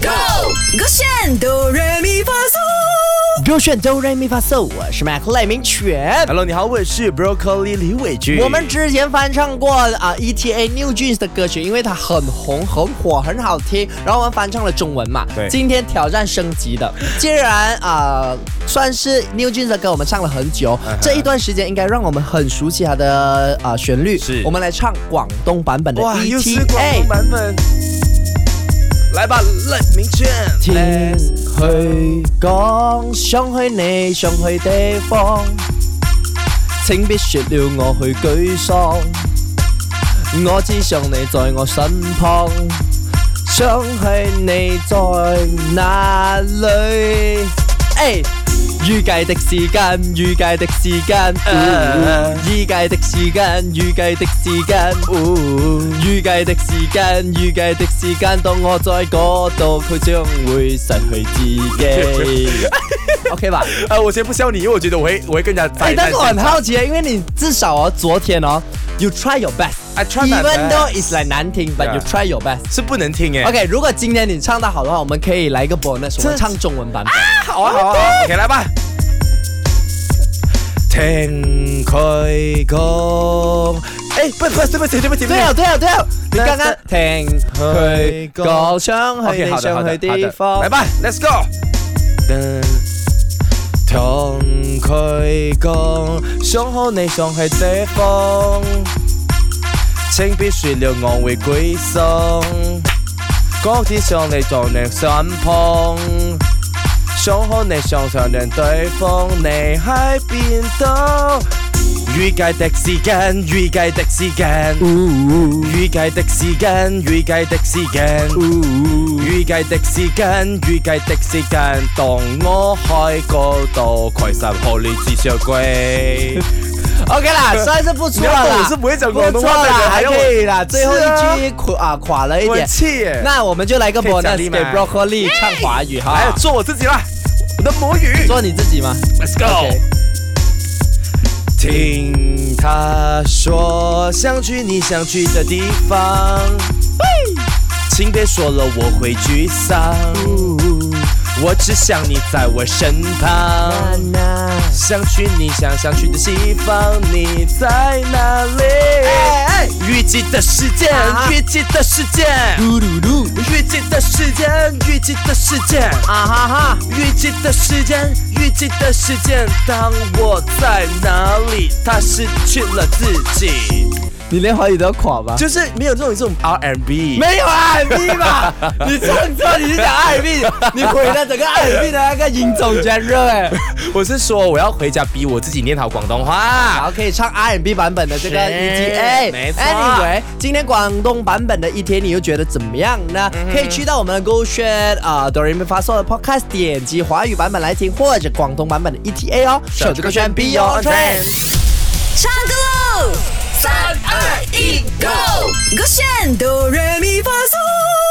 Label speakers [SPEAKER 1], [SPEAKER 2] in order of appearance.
[SPEAKER 1] Go，我选哆来咪发嗦。
[SPEAKER 2] 勾选哆瑞咪发嗦，我是 Mac 赖明全。
[SPEAKER 3] Hello，你好，我是 Broccoli 李伟俊。
[SPEAKER 2] 我们之前翻唱过啊、ETA New Jeans 的歌曲，因为它很红、很火、很好听，然后我们翻唱了中文嘛。
[SPEAKER 3] 对
[SPEAKER 2] 今天挑战升级的，既然啊、算是 New Jeans 的歌，我们唱了很久
[SPEAKER 3] 嗯哼
[SPEAKER 2] 这一段时间应该让我们很熟悉它的啊、旋律。
[SPEAKER 3] 是
[SPEAKER 2] 我们来唱广东版本的 E
[SPEAKER 3] 哇，又是广东
[SPEAKER 2] ETA。
[SPEAKER 3] 版本。来吧，赖明娟。
[SPEAKER 2] 天去講想去你想去地方，請別說了我去沮喪。我只想你在我身旁，想去你在哪裏？哎預計的時間，預計的時間，
[SPEAKER 3] 啊
[SPEAKER 2] 預計的時間，預計的時間，預計的時間，預計的時間，當我在嗰度，佢將會失去自己。OK 吧？
[SPEAKER 3] 呃，我先不笑你，因为我觉得我会我会更加
[SPEAKER 2] 哎、
[SPEAKER 3] 在。
[SPEAKER 2] 但是我很好奇，因为你至少哦，昨天哦，you try your best。
[SPEAKER 3] I tried my
[SPEAKER 2] Even though
[SPEAKER 3] best.
[SPEAKER 2] it's like 难听，but you
[SPEAKER 3] Yeah.
[SPEAKER 2] try your best。
[SPEAKER 3] 是不能听哎。
[SPEAKER 2] OK，如果今天你唱得好的话，我们可以来一个 bonus，我们唱中文版本。
[SPEAKER 3] 好啊好啊好啊，OK，来吧。听佢讲，哎，不不，对不起对不起，
[SPEAKER 2] 对啊，对啊，对啊！你
[SPEAKER 3] 那
[SPEAKER 2] 刚刚听佢講想去
[SPEAKER 3] OK，
[SPEAKER 2] 你
[SPEAKER 3] 好的好
[SPEAKER 2] 想去
[SPEAKER 3] 的好
[SPEAKER 2] 地
[SPEAKER 3] 的，
[SPEAKER 2] 方，
[SPEAKER 3] 来吧，Let's go。同佢讲，想好你想去地方，請別說了我會歸心。我只想你在你身旁，想好你想想念對方，你喺邊度？預計的時間，預計的時間。預計的時間，預計的時間，預計的時間，預計的時間，當我喺嗰度，開心荷里至上貴。
[SPEAKER 2] OK 啦， 算是不错
[SPEAKER 3] 你要
[SPEAKER 2] 了
[SPEAKER 3] 问
[SPEAKER 2] 啦。
[SPEAKER 3] 我是不会讲
[SPEAKER 2] 不
[SPEAKER 3] 广东
[SPEAKER 2] 错
[SPEAKER 3] 话的人
[SPEAKER 2] 啦，还
[SPEAKER 3] 还要我
[SPEAKER 2] 可以啦。最后
[SPEAKER 3] 是啊
[SPEAKER 2] 一句垮啊垮了一
[SPEAKER 3] 我
[SPEAKER 2] 点
[SPEAKER 3] 很，气耶！
[SPEAKER 2] 那我们就来个
[SPEAKER 3] 可以奖
[SPEAKER 2] bonus
[SPEAKER 3] 励
[SPEAKER 2] 给
[SPEAKER 3] 吗
[SPEAKER 2] Broccoli 唱华语哈
[SPEAKER 3] 还。有做我自己啦，我的母语。
[SPEAKER 2] 做你自己吗？
[SPEAKER 3] Let's go。听他说想去你想去的地方，请别说了我会沮丧，我只想你在我身旁，
[SPEAKER 2] 哎
[SPEAKER 3] 想去你想想去的西方，你在哪
[SPEAKER 2] 哎
[SPEAKER 3] 里？预计的时间
[SPEAKER 2] 啊，
[SPEAKER 3] 预计的时间，
[SPEAKER 2] 嘟嘟嘟
[SPEAKER 3] 预计的时间，预计的时间。
[SPEAKER 2] 啊哈哈！
[SPEAKER 3] 预计的时间，预计的时间，当我在哪里，他失去了自己，
[SPEAKER 2] 你连华语都要垮吗？
[SPEAKER 3] 就是没有这种这种 R&B，
[SPEAKER 2] 啊没有啊 R&B 吧？你唱错，你是讲 R&B，你毁了整个 R&B 的那个音种 genre 哎。
[SPEAKER 3] 我是说我要回家逼我自己念好广东话。
[SPEAKER 2] 好，可以唱 R&B 版本的这个
[SPEAKER 3] 是
[SPEAKER 2] ETA。
[SPEAKER 3] 没错
[SPEAKER 2] Anyway，今天广东版本的 ETA 你又觉得怎么样呢？
[SPEAKER 3] 嗯
[SPEAKER 2] 可以去到我们的勾选啊 Do Re Mi Fa So 的 Podcast，点击华语版本来听，或者广东版本的 ETA 哦。
[SPEAKER 3] 手机勾选
[SPEAKER 2] Be
[SPEAKER 3] Your Trend
[SPEAKER 1] 唱歌喽！三二一，Go！我选哆来咪发嗦。